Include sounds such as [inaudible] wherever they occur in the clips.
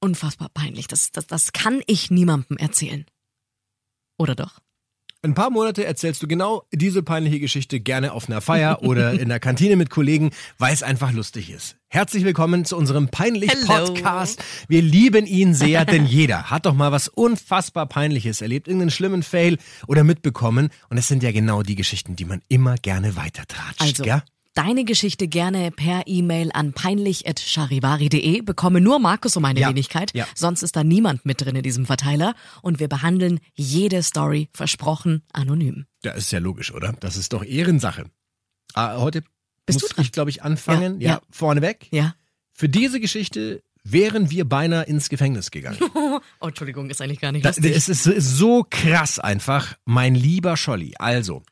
unfassbar peinlich. Das, das, das kann ich niemandem erzählen. Oder doch? Ein paar Monate erzählst du genau diese peinliche Geschichte gerne auf [laughs] einer Feier oder in der Kantine mit Kollegen, weil es einfach lustig ist. Herzlich willkommen zu unserem Hello. Peinlich-Podcast. Wir lieben ihn [laughs] sehr, denn jeder hat doch mal was unfassbar Peinliches erlebt, irgendeinen schlimmen Fail oder mitbekommen. Und es sind ja genau die Geschichten, die man immer gerne weitertratscht. Also, gell? deine Geschichte gerne per E-Mail an peinlich.charivari.de. Bekomme nur Markus um eine Ja, Wenigkeit. ja. Sonst ist da niemand mit drin in diesem Verteiler. Und wir behandeln jede Story versprochen anonym. Ja, ist ja logisch, oder? Das ist doch Ehrensache. Ah, heute Bist muss du dran? ich, glaube ich, anfangen. Ja, Ja, ja. vorneweg. Ja? Für diese Geschichte wären wir beinahe ins Gefängnis gegangen. Oh, Entschuldigung, ist eigentlich gar nicht Das, lustig. es ist so krass einfach, mein lieber Scholli. Also,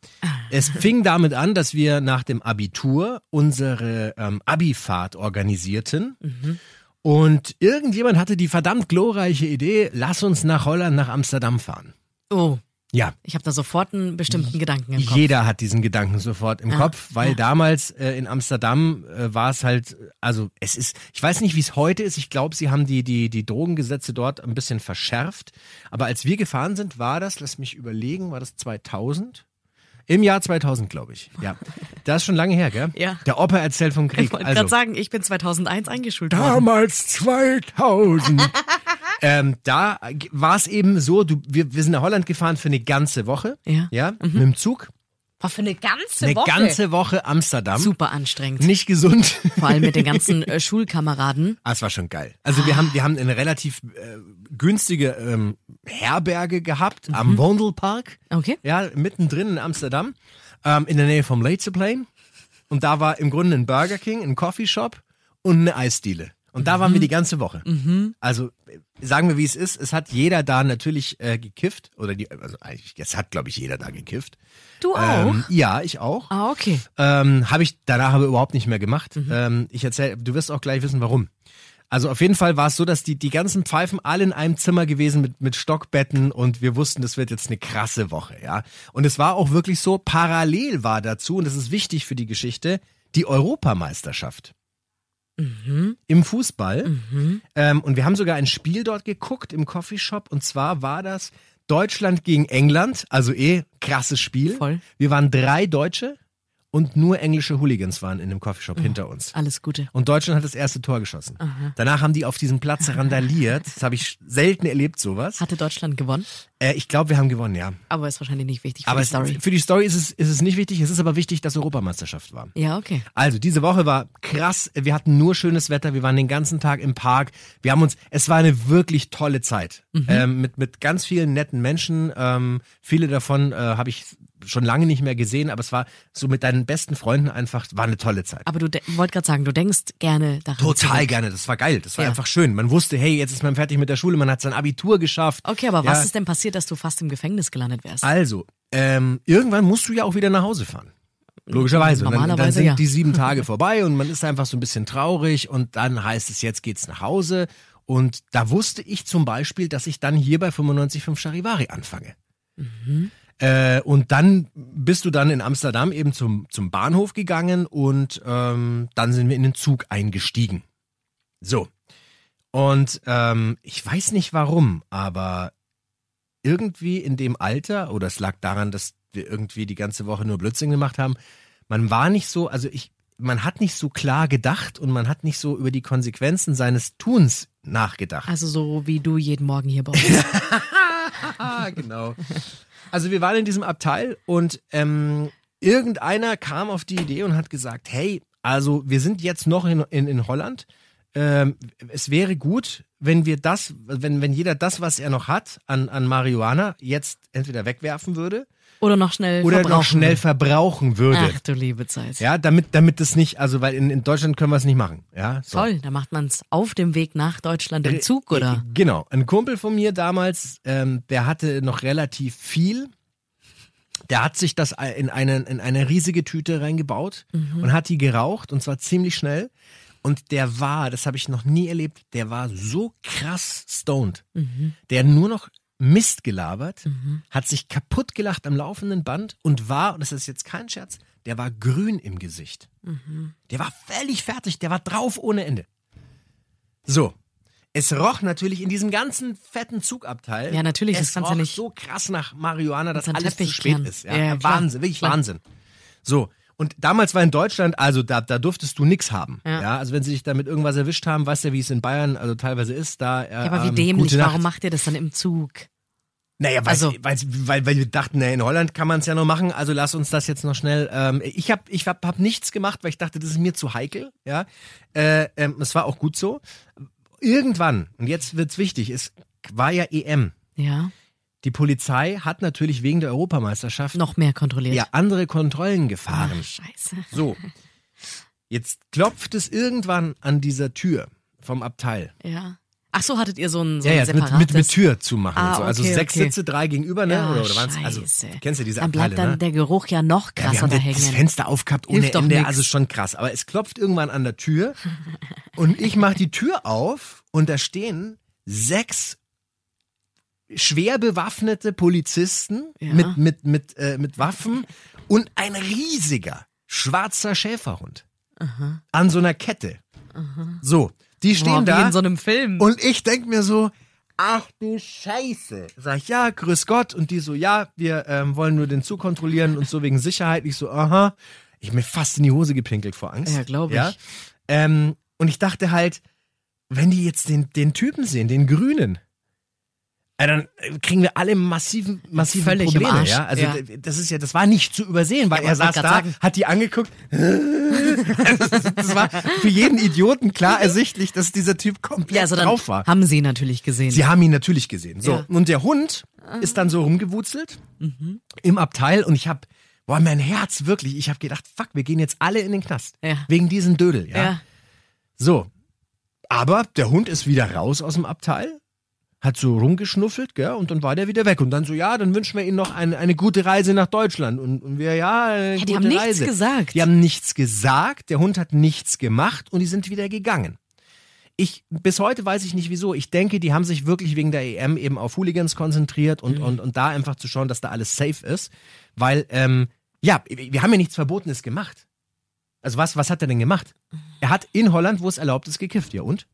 es fing damit an, dass wir nach dem Abitur unsere ähm, Abifahrt organisierten. Und irgendjemand hatte die verdammt glorreiche Idee, lass uns nach Holland, nach Amsterdam fahren. oh, Ja, ich habe da sofort einen bestimmten Gedanken im Kopf. jeder hat diesen Gedanken sofort im Ja, Kopf, weil ja. damals äh, in Amsterdam äh, war es halt, also es ist, ich weiß nicht, wie es heute ist. Ich glaube, sie haben die, die, die Drogengesetze dort ein bisschen verschärft. Aber als wir gefahren sind, war das, lass mich überlegen, war das 2000? Im Jahr 2000, glaube ich. [laughs] Ja. Das ist schon lange her, gell? Ja. Der Opa erzählt vom Krieg. ich wollte also, gerade sagen, ich bin 2001 eingeschult worden. Damals 2000. [laughs] ähm, da war es eben so, du, wir, wir sind nach Holland gefahren für eine ganze Woche. Ja. Mhm. Ja, mit dem Zug. War für eine ganze Eine Woche. ganze Woche Amsterdam. Super anstrengend. Nicht gesund. [laughs] Vor allem mit den ganzen äh, Schulkameraden. [laughs] Ah, es war schon geil. Also wir haben, wir haben eine relativ äh, günstige ähm, Herberge gehabt Mhm. am Vondelpark. Okay. Ja, mittendrin in Amsterdam. Ähm, in der Nähe vom Leitzeplein. Und da war im Grunde ein Burger King, ein Coffeeshop und eine Eisdiele. Und da waren Mhm. wir die ganze Woche. Also äh, sagen wir, wie es ist. Es hat jeder da natürlich äh, gekifft. Oder die, also eigentlich, es hat, glaube ich, jeder da gekifft. Du Ähm, ja, ich auch. ah, okay. Ähm, habe ich danach aber überhaupt nicht mehr gemacht. Ähm, ich erzähl, du wirst auch gleich wissen, warum. Also auf jeden Fall war es so, dass die, die ganzen Pfeifen alle in einem Zimmer gewesen mit, mit Stockbetten und wir wussten, das wird jetzt eine krasse Woche, ja. Und es war auch wirklich so, parallel war dazu, und das ist wichtig für die Geschichte, die Europameisterschaft. Im Fußball. Ähm, und wir haben sogar ein Spiel dort geguckt im Coffeeshop. Und zwar war das Deutschland gegen England. Also eh krasses Spiel. Voll. Wir waren drei Deutsche und nur englische Hooligans waren in dem Coffeeshop hinter uns. Alles Gute. Und Deutschland hat das erste Tor geschossen. Danach haben die auf diesem Platz randaliert. Das habe ich selten erlebt, sowas. Hatte Deutschland gewonnen, Äh, ich glaube, wir haben gewonnen, ja. aber ist wahrscheinlich nicht wichtig für Aber die es, Story. für die Story ist es, ist es nicht wichtig. Es ist aber wichtig, dass Europameisterschaft war. Ja, okay. Also, diese Woche war krass. Wir hatten nur schönes Wetter. Wir waren den ganzen Tag im Park. Wir haben uns, es war eine wirklich tolle Zeit. Ähm, mit, mit ganz vielen netten Menschen. Ähm, viele davon äh, habe ich schon lange nicht mehr gesehen, aber es war so mit deinen besten Freunden einfach, war eine tolle Zeit. Aber du de- wollt gerade sagen, du denkst gerne daran. Total zurück. gerne, das war geil, das war Ja. einfach schön. Man wusste, hey, jetzt ist man fertig mit der Schule, man hat sein Abitur geschafft. Okay, aber was Ja. ist denn passiert, dass du fast im Gefängnis gelandet wärst? Also, ähm, irgendwann musst du ja auch wieder nach Hause fahren. Logischerweise. Und dann, dann Normalerweise, sind ja. [laughs] die sieben Tage vorbei und man ist einfach so ein bisschen traurig und dann heißt es, jetzt geht's nach Hause. Und da wusste ich zum Beispiel, dass ich dann hier bei 95.5 Charivari anfange. Mhm. Äh, und dann bist du dann in Amsterdam eben zum, zum Bahnhof gegangen und ähm, dann sind wir in den Zug eingestiegen. So. Und ähm, ich weiß nicht warum, aber irgendwie in dem Alter, oder es lag daran, dass wir irgendwie die ganze Woche nur Blödsinn gemacht haben, man war nicht so, also ich, man hat nicht so klar gedacht und man hat nicht so über die Konsequenzen seines Tuns nachgedacht. Also so wie du jeden Morgen hier bei uns. Ah, genau. Also wir waren in diesem Abteil und ähm, irgendeiner kam auf die Idee und hat gesagt, hey, also wir sind jetzt noch in, in, in Holland. ähm, es wäre gut, wenn wir das, wenn, wenn jeder das, was er noch hat an, an Marihuana, jetzt entweder wegwerfen würde Oder noch schnell oder verbrauchen. noch schnell verbrauchen würde. Ach du liebe Zeit. Ja, damit, damit das nicht, also weil in, in Deutschland können wir es nicht machen. Ja, so. Toll, da macht man es auf dem Weg nach Deutschland im Zug, Äh, oder? Genau. Ein Kumpel von mir damals, ähm, der hatte noch relativ viel. Der hat sich das in eine, in eine riesige Tüte reingebaut Mhm. und hat die geraucht und zwar ziemlich schnell. Und der war, das habe ich noch nie erlebt, der war so krass stoned. Mhm. Der hat nur noch Mist gelabert, hat sich kaputt gelacht am laufenden Band und war, und das ist jetzt kein Scherz, der war grün im Gesicht. Der war völlig fertig, der war drauf ohne Ende. So. Es roch natürlich in diesem ganzen fetten Zugabteil. Ja, natürlich, Es das kannst roch du nicht- so krass nach Marihuana, Mit dass so einem alles zu spät Teppichkern. ist. Ja, Ja, ja, klar, Wahnsinn, wirklich klar. Wahnsinn. So. Und damals war in Deutschland, also da, da durftest du nichts haben. Ja. Ja. Also wenn sie dich damit irgendwas erwischt haben, weißt du, wie es in Bayern also teilweise ist, da. Äh, Ja, aber wie ähm, dämlich, gute Nacht. warum macht ihr das dann im Zug? Naja, weil, Also- weil, weil, weil wir dachten, naja, in Holland kann man es ja noch machen, also lass uns das jetzt noch schnell. Ähm, ich habe ich hab, hab nichts gemacht, weil ich dachte, das ist mir zu heikel. Ja, äh, ähm, Es war auch gut so. Irgendwann, und jetzt wird's wichtig, es war ja EM. Ja, Die Polizei hat natürlich wegen der Europameisterschaft noch mehr kontrolliert. ja andere Kontrollen gefahren. Ach, scheiße. So, jetzt klopft es irgendwann an dieser Tür vom Abteil. Ja. Ach so, hattet ihr so ein, so Ja, ein ja, mit, separates... mit, mit Tür zu machen. Ah, und so. Also okay, sechs okay. Sitze, drei gegenüber, ne? Ja, oder oder waren's- Also, scheiße. kennst du diese Dann Abteile, bleibt dann ne? der Geruch ja noch Ja, wir krasser haben da das- das hängen. Fenster aufgehabt ohne Hilft doch Ende, nix. also schon krass. Aber es klopft irgendwann an der Tür und ich mache die Tür auf und da stehen sechs schwer bewaffnete Polizisten Ja. mit, mit, mit, äh, mit Waffen und ein riesiger schwarzer Schäferhund an so einer Kette. So, die stehen Boah, wie da in so einem Film. und ich denk mir so, ach du Scheiße. Sag ich, ja, grüß Gott. Und die so, ja, wir ähm, wollen nur den Zug kontrollieren und so wegen Sicherheit. Ich so, aha. Ich hab mir fast in die Hose gepinkelt vor Angst. Ja, glaub ich. Ähm, und ich dachte halt, wenn die jetzt den, den Typen sehen, den Grünen, äh, dann äh, kriegen wir alle massiven, massiven Völlig im Probleme. Arsch, Ja? Also ja. d- das ist ja, das war nicht zu übersehen, weil Ja, er wollte saß grad da, sagen. hat die angeguckt. [laughs] Also, das war für jeden Idioten klar ersichtlich, dass dieser Typ komplett ja, also dann drauf war. haben sie natürlich gesehen. Sie haben ihn natürlich gesehen. So. Ja. Und der Hund ist dann so rumgewurzelt im Abteil und ich habe, boah, mein Herz wirklich, ich habe gedacht, fuck, wir gehen jetzt alle in den Knast. Ja. Wegen diesem Dödel, ja. ja. So. Aber der Hund ist wieder raus aus dem Abteil, hat so rumgeschnuffelt, gell, und dann war der wieder weg. Und dann so, ja, dann wünschen wir ihnen noch eine, eine gute Reise nach Deutschland. Und, und wir, ja, eine Ja, die gute haben nichts Reise. gesagt. Die haben nichts gesagt, der Hund hat nichts gemacht und die sind wieder gegangen. Ich, bis heute weiß ich nicht wieso. Ich denke, die haben sich wirklich wegen der EM eben auf Hooligans konzentriert und, Mhm. und, und da einfach zu schauen, dass da alles safe ist. Weil, ähm, ja, wir haben ja nichts Verbotenes gemacht. Also was, was hat er denn gemacht? Er hat in Holland, wo es erlaubt ist, gekifft. Ja und?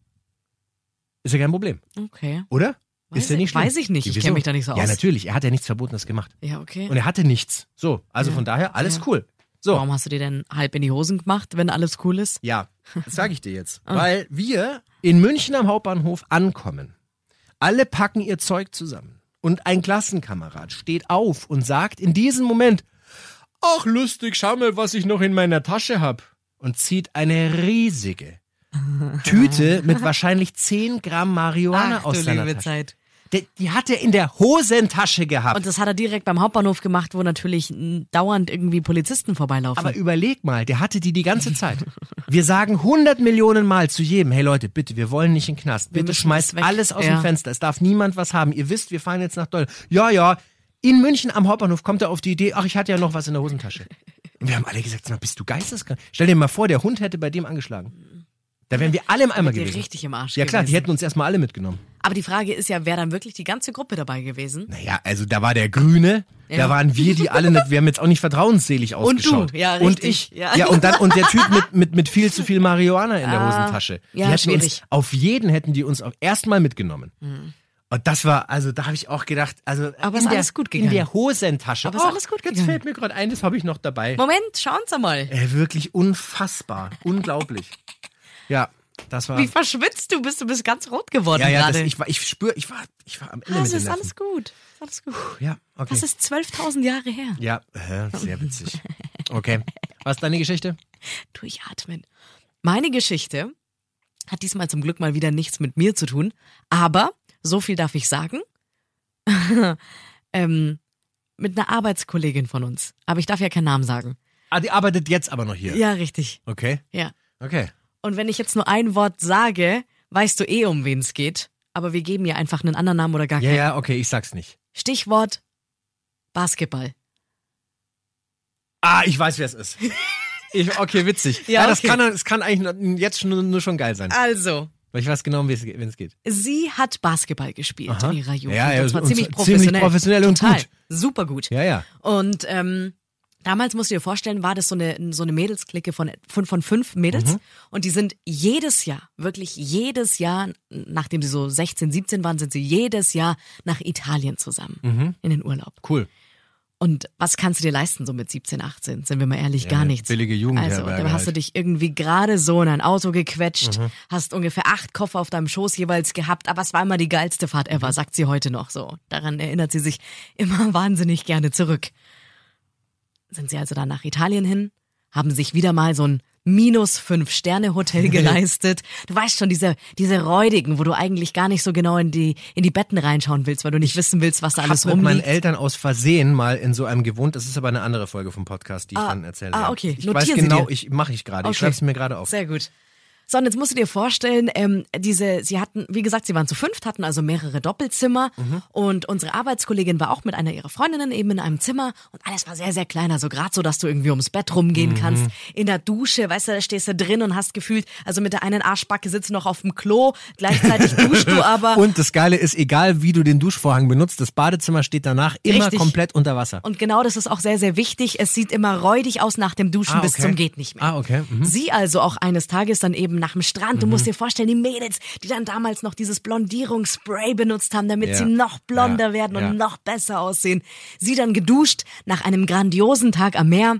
Ist ja kein Problem, Okay. oder? Weiß ist ja ich- nicht schlimm. weiß ich nicht. Ich Wieso? kenn mich da nicht so Ja, aus. natürlich. Er hat ja nichts Verbotenes gemacht. Ja, okay. Und er hatte nichts. So, also Ja. von daher, alles Ja. cool. So. Warum hast du dir denn halb in die Hosen gemacht, wenn alles cool ist? Ja, das sage ich dir [laughs] jetzt. Ah. Weil wir in München am Hauptbahnhof ankommen. Alle packen ihr Zeug zusammen. Und ein Klassenkamerad steht auf und sagt in diesem Moment, ach lustig, schau mal, was ich noch in meiner Tasche hab. Und zieht eine riesige [laughs] Tüte mit wahrscheinlich 10 Gramm Marihuana Ach, aus du seiner liebe Tasche. Zeit. Die, die hat er in der Hosentasche gehabt. Und das hat er direkt beim Hauptbahnhof gemacht, wo natürlich n, dauernd irgendwie Polizisten vorbeilaufen. Aber überleg mal, der hatte die die ganze Zeit. Wir sagen 100 Millionen Mal zu jedem, hey Leute, bitte, wir wollen nicht in den Knast. Bitte müssen schmeißt das weg. alles aus dem Ja. Fenster. Es darf niemand was haben. Ihr wisst, wir fahren jetzt nach Deutschland. Ja, ja. In München am Hauptbahnhof kommt er auf die Idee, ach, ich hatte ja noch was in der Hosentasche. Und wir haben alle gesagt, sag mal, bist du geisteskrank? Stell dir mal vor, der Hund hätte bei dem angeschlagen. Da wären wir alle im Eimer die gewesen. richtig im Arsch ja klar, die gewesen. hätten uns erstmal alle mitgenommen. Aber die Frage ist ja, wäre dann wirklich die ganze Gruppe dabei gewesen? Naja, also da war der Grüne, da Ja. waren wir, die alle nicht, wir haben jetzt auch [laughs] nicht vertrauensselig ausgeschaut. ja, Und ich, richtig, ja. ja. und dann, und der [laughs] Typ mit, mit, mit viel zu viel Marihuana in der Ah, Hosentasche. ja, die hätten uns, schwierig. Mhm. auf jeden hätten die uns auch erstmal mitgenommen. Und das war, also da habe ich auch gedacht, also Aber in ist der, alles gut in gegangen. der Hosentasche. Aber ist Och, alles gut jetzt gegangen. fällt mir gerade ein, das habe ich noch dabei. Moment, schauen Sie mal. Äh, wirklich unfassbar, unglaublich. Ja, das war. Wie verschwitzt du bist, du bist ganz rot geworden ja, ja, das, gerade. ich war, ich spüre, ich war, ich war am Ende ah, mit es den ist Nerven. alles gut. Ist Alles gut. Ja, okay. Das ist 12.000 Jahre her. Ja, äh, sehr witzig. [laughs] Okay. Was ist deine Geschichte? Durchatmen. Meine Geschichte Hat diesmal zum Glück mal wieder nichts mit mir zu tun. Aber, so viel darf ich sagen, [laughs] ähm, mit einer Arbeitskollegin von uns. Aber ich darf ja keinen Namen sagen. Ah, die arbeitet jetzt aber noch hier. Ja, richtig. Okay. Ja. Okay. Und wenn ich jetzt nur ein Wort sage, weißt du eh, um wen es geht. Aber wir geben ihr einfach einen anderen Namen oder gar Ja, keinen. ja, okay, ich sag's nicht. Stichwort Basketball. Ah, ich weiß, wer es ist. [laughs] Ich, okay, witzig. Ja, Ja, das, okay. kann, das kann eigentlich nur- jetzt schon, nur schon geil sein. Also, Weil ich weiß genau, um wen es geht- wen es geht. sie hat Basketball gespielt Aha. in ihrer Jugend. Ja, ja, und zwar und ziemlich zwar professionell. ziemlich professionell und Total. gut. Super gut. Ja, ja. Und ähm, damals musst du dir vorstellen, war das so eine, so eine Mädelsklicke von, von, von fünf Mädels. Mhm. Und die sind jedes Jahr, wirklich jedes Jahr, nachdem sie so 16, 17 waren, sind sie jedes Jahr nach Italien zusammen Mhm. in den Urlaub. Cool. Und was kannst du dir leisten so mit 17, 18? Sind wir mal ehrlich, gar nichts. billige Also, Jugendherberge da hast du halt. Mhm. dich irgendwie gerade so in ein Auto gequetscht, hast ungefähr acht Koffer auf deinem Schoß jeweils gehabt, aber es war immer die geilste Fahrt ever, Mhm. sagt sie heute noch so. Daran erinnert sie sich immer [laughs] wahnsinnig gerne zurück. Sind sie also dann nach Italien hin, haben sich wieder mal so ein minus fünf Sterne [laughs] Hotel geleistet. Du weißt schon, diese, diese räudigen, wo du eigentlich gar nicht so genau in die, in die Betten reinschauen willst, weil du nicht wissen willst, was da alles hab mit meinen rumliegt. Eltern aus Versehen mal in so einem gewohnt. Das ist aber eine andere Folge vom Podcast, die ich dann erzähle. ah, okay. Ich Notieren weiß Sie genau, dir. ich mache ich gerade. Ich Okay. schreibe es mir gerade auf. Sehr gut. So, und jetzt musst du dir vorstellen, ähm, diese, sie hatten, wie gesagt, sie waren zu fünft, hatten also mehrere Doppelzimmer und unsere Arbeitskollegin war auch mit einer ihrer Freundinnen eben in einem Zimmer und alles war sehr, sehr klein, also gerade so, dass du irgendwie ums Bett rumgehen kannst. Mhm. In der Dusche, weißt du, da stehst du drin und hast gefühlt, also mit der einen Arschbacke sitzt du noch auf dem Klo, gleichzeitig duschst [laughs] du aber Und das Geile ist, egal wie du den Duschvorhang benutzt, das Badezimmer steht danach immer Richtig. komplett unter Wasser. Und genau das ist auch sehr, sehr wichtig. Es sieht immer räudig aus nach dem Duschen Ah, bis okay. zum geht nicht mehr. Ah, okay. Mhm. Sie also auch eines Tages dann eben nach dem Strand. Du musst dir vorstellen, die Mädels, die dann damals noch dieses Blondierungsspray benutzt haben, damit Ja. sie noch blonder Ja. werden und Ja. noch besser aussehen. Sie dann geduscht nach einem grandiosen Tag am Meer.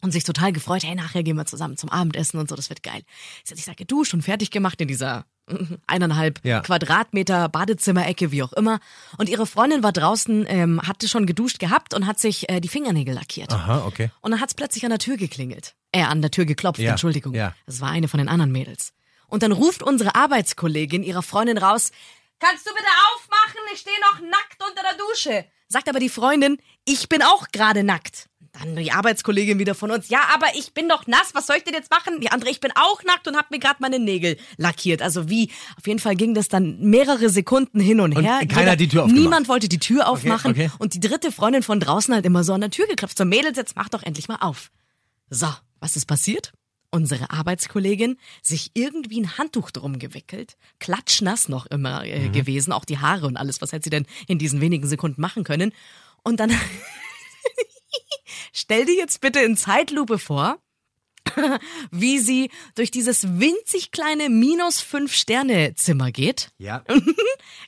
Und sich total gefreut, hey, nachher gehen wir zusammen zum Abendessen und so, das wird geil. Sie hat sich da geduscht und fertig gemacht in dieser [laughs] eineinhalb Ja. Quadratmeter Badezimmerecke, wie auch immer. Und ihre Freundin war draußen, ähm, hatte schon geduscht gehabt und hat sich äh, die Fingernägel lackiert. Aha, okay. Und dann hat's plötzlich an der Tür geklingelt. Äh, an der Tür geklopft, Ja, Entschuldigung. ja. Das war eine von den anderen Mädels. Und dann ruft unsere Arbeitskollegin ihrer Freundin raus, kannst du bitte aufmachen, ich stehe noch nackt unter der Dusche. Sagt aber die Freundin, ich bin auch gerade nackt. Dann die Arbeitskollegin wieder von uns, ja, aber ich bin doch nass, was soll ich denn jetzt machen? Die andere, ich bin auch nackt und hab mir gerade meine Nägel lackiert. Also wie, auf jeden Fall ging das dann mehrere Sekunden hin und, Und her. keiner hat die Tür aufgemacht. Niemand wollte die Tür aufmachen. okay. Und die dritte Freundin von draußen hat immer so an der Tür geklopft. So, Mädels, jetzt mach doch endlich mal auf. So, was ist passiert? Unsere Arbeitskollegin, sich irgendwie ein Handtuch drum gewickelt, klatschnass noch immer Mhm. äh, gewesen, auch die Haare und alles. Was hätte sie denn in diesen wenigen Sekunden machen können? Und dann [laughs] stell dir jetzt bitte in Zeitlupe vor, [laughs] wie sie durch dieses winzig kleine minus fünf Sterne Zimmer geht [laughs] Ja.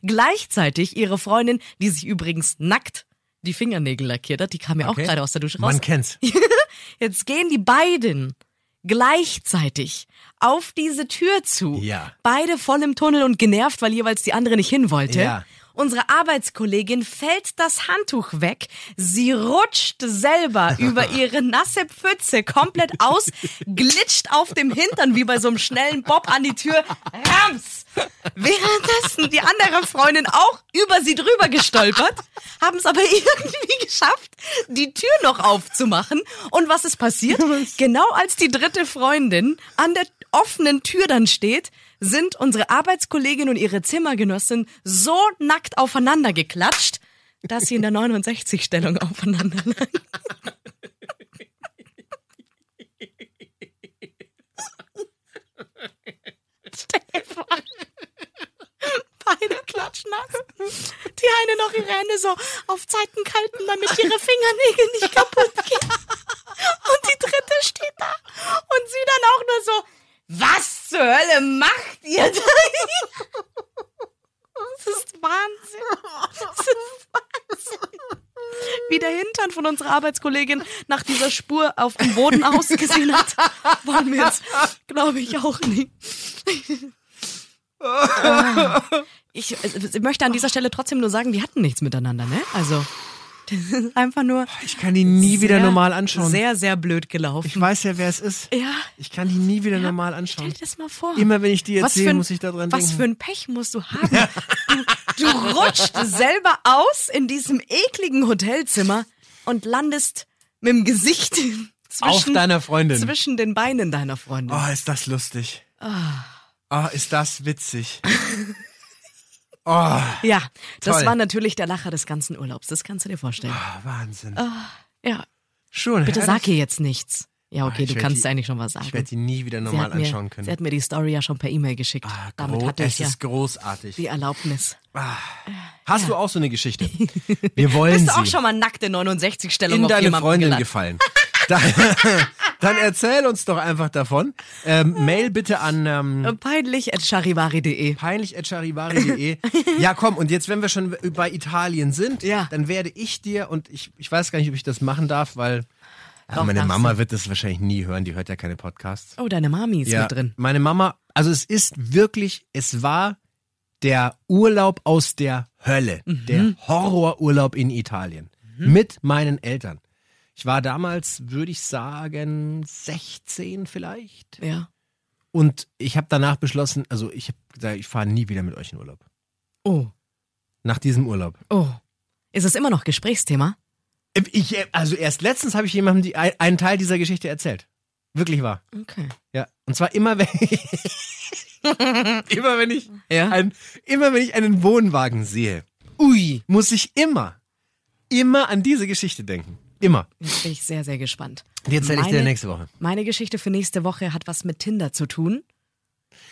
gleichzeitig ihre Freundin, die sich übrigens nackt die Fingernägel lackiert hat, die kam ja Okay. auch gerade aus der Dusche raus. Man kennt's. Jetzt gehen die beiden gleichzeitig auf diese Tür zu. Ja. Beide voll im Tunnel und genervt, weil jeweils die andere nicht hin wollte. Ja. Unsere Arbeitskollegin fällt das Handtuch weg. Sie rutscht selber über ihre nasse Pfütze komplett aus, glitscht auf dem Hintern wie bei so einem schnellen Bob an die Tür. Rams! Währenddessen die andere Freundin auch über sie drüber gestolpert, haben es aber [laughs] irgendwie geschafft, die Tür noch aufzumachen. Und was ist passiert? Genau als die dritte Freundin an der offenen Tür dann steht, sind unsere Arbeitskollegin und ihre Zimmergenossin so nackt aufeinander geklatscht, dass sie in der 69-Stellung aufeinander lagen. Stefan. Beide klatschen nass. Die eine noch ihre Hände so auf Zeiten kalten, damit ihre Fingernägel nicht kaputt gehen. Und die dritte steht da und sie dann auch nur so, was zur Hölle macht ihr da? Das ist Wahnsinn. Das ist Wahnsinn. Wie der Hintern von unserer Arbeitskollegin nach dieser Spur auf dem Boden ausgesehen hat, wollen wir jetzt, glaube ich, auch nicht. Ah. Ich, äh, ich möchte an dieser Stelle trotzdem nur sagen, die hatten nichts miteinander, ne? Also, Das ist einfach nur. Ich kann die nie wieder sehr, normal anschauen. Sehr, sehr blöd gelaufen. ich weiß ja, wer es ist. Ja. Ich kann die nie wieder normal Stell anschauen. dir das mal vor. Immer wenn ich die Was für erzähle, ein- muss ich da dran Was denken. für ein Pech musst du haben? Du, du rutschst selber aus in diesem ekligen Hotelzimmer und landest mit dem Gesicht [laughs] Auf zwischen, deiner Freundin. zwischen den Beinen deiner Freundin. Oh, ist das lustig. Ah. Oh, ist das witzig. Oh, Ja, das Toll. Ah, war natürlich der Lacher des ganzen Urlaubs. Das kannst du dir vorstellen. Wahnsinn. Ja, Schon. Ah. bitte sag herrlich. ihr jetzt nichts. Ja, okay, Ah, ich du werd kannst die- eigentlich schon was sagen. Ich werde die nie wieder sie, normal hat mir, anschauen können. sie hat mir die Story ja schon per E-Mail geschickt. Ah, Damit gro- hatte ich es ja ist großartig. die Erlaubnis. Hast du auch so [laughs] eine Geschichte? Wir wollen Bist du sie auch schon mal nackt in 69-Stellung in auf deine jemanden Freundin gelandet? gefallen. [laughs] Dann, dann erzähl uns doch einfach davon. Ähm, Mail bitte an ähm, Äh, Peinlich at charivari.de. peinlich.charivari.de. Ja, komm, und jetzt, wenn wir schon bei Italien sind, Ja. dann werde ich dir, und ich, ich weiß gar nicht, ob ich das machen darf, weil ja, Doch, meine darfst Mama wird das wahrscheinlich nie hören, die hört ja keine Podcasts. Oh, deine Mami ist ja, mit drin. Meine Mama, also es ist wirklich, es war der Urlaub aus der Hölle, der Horrorurlaub in Italien mit meinen Eltern. Ich war damals, würde ich sagen, 16 vielleicht. Ja. Und ich habe danach beschlossen, also ich habe gesagt, ich fahre nie wieder mit euch in Urlaub. Oh, Nach diesem Urlaub. oh. Ist es immer noch Gesprächsthema? Ich, äh, also erst letztens habe ich jemandem die, ein- einen Teil dieser Geschichte erzählt. Wirklich wahr. Okay. Ja. Und zwar immer, wenn [laughs] immer wenn ich Ja. ein, immer wenn ich einen Wohnwagen sehe, ui, muss ich immer, immer an diese Geschichte denken. Immer. Jetzt bin ich sehr, sehr gespannt. Die erzähle ich dir Meine- nächste Woche. Meine Geschichte für nächste Woche hat was mit Tinder zu tun.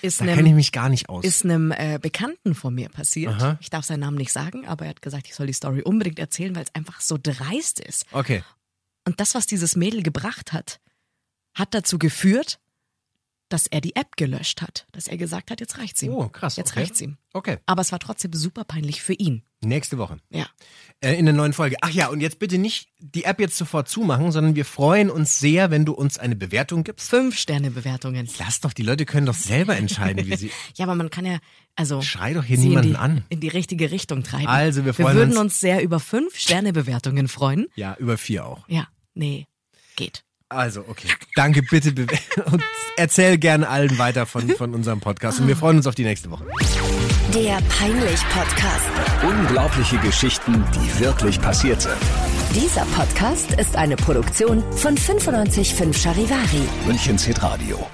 Ist Da kenne ich einem, mich gar nicht aus. ist einem äh, Bekannten von mir passiert. Aha. Ich darf seinen Namen nicht sagen, aber er hat gesagt, ich soll die Story unbedingt erzählen, weil es einfach so dreist ist. okay. Und das, was dieses Mädel gebracht hat, hat dazu geführt, dass er die App gelöscht hat. Dass er gesagt hat, jetzt reicht's ihm. Oh, krass. Jetzt okay. reicht's ihm. Okay. Aber es war trotzdem super peinlich für ihn. Nächste Woche. Ja. Äh, in der neuen Folge. Ach ja, und jetzt bitte nicht die App jetzt sofort zumachen, sondern wir freuen uns sehr, wenn du uns eine Bewertung gibst. Fünf-Sterne-Bewertungen. Lass doch, die Leute können doch selber entscheiden, [laughs] wie sie. Ja, aber man kann ja, also. Schrei doch hier sie niemanden in die, an. In die richtige Richtung treiben. Also, wir freuen Wir würden uns- uns, sehr über fünf Sterne-Bewertungen freuen. Ja, über vier auch. Ja, nee, geht. Also, okay. Danke, bitte. be- [laughs] Und erzähl gern allen weiter von, von unserem Podcast. Und wir freuen uns auf die nächste Woche. Der Peinlich-Podcast. Unglaubliche Geschichten, die wirklich passiert sind. Dieser Podcast ist eine Produktion von 955 Charivari. Münchens Hitradio.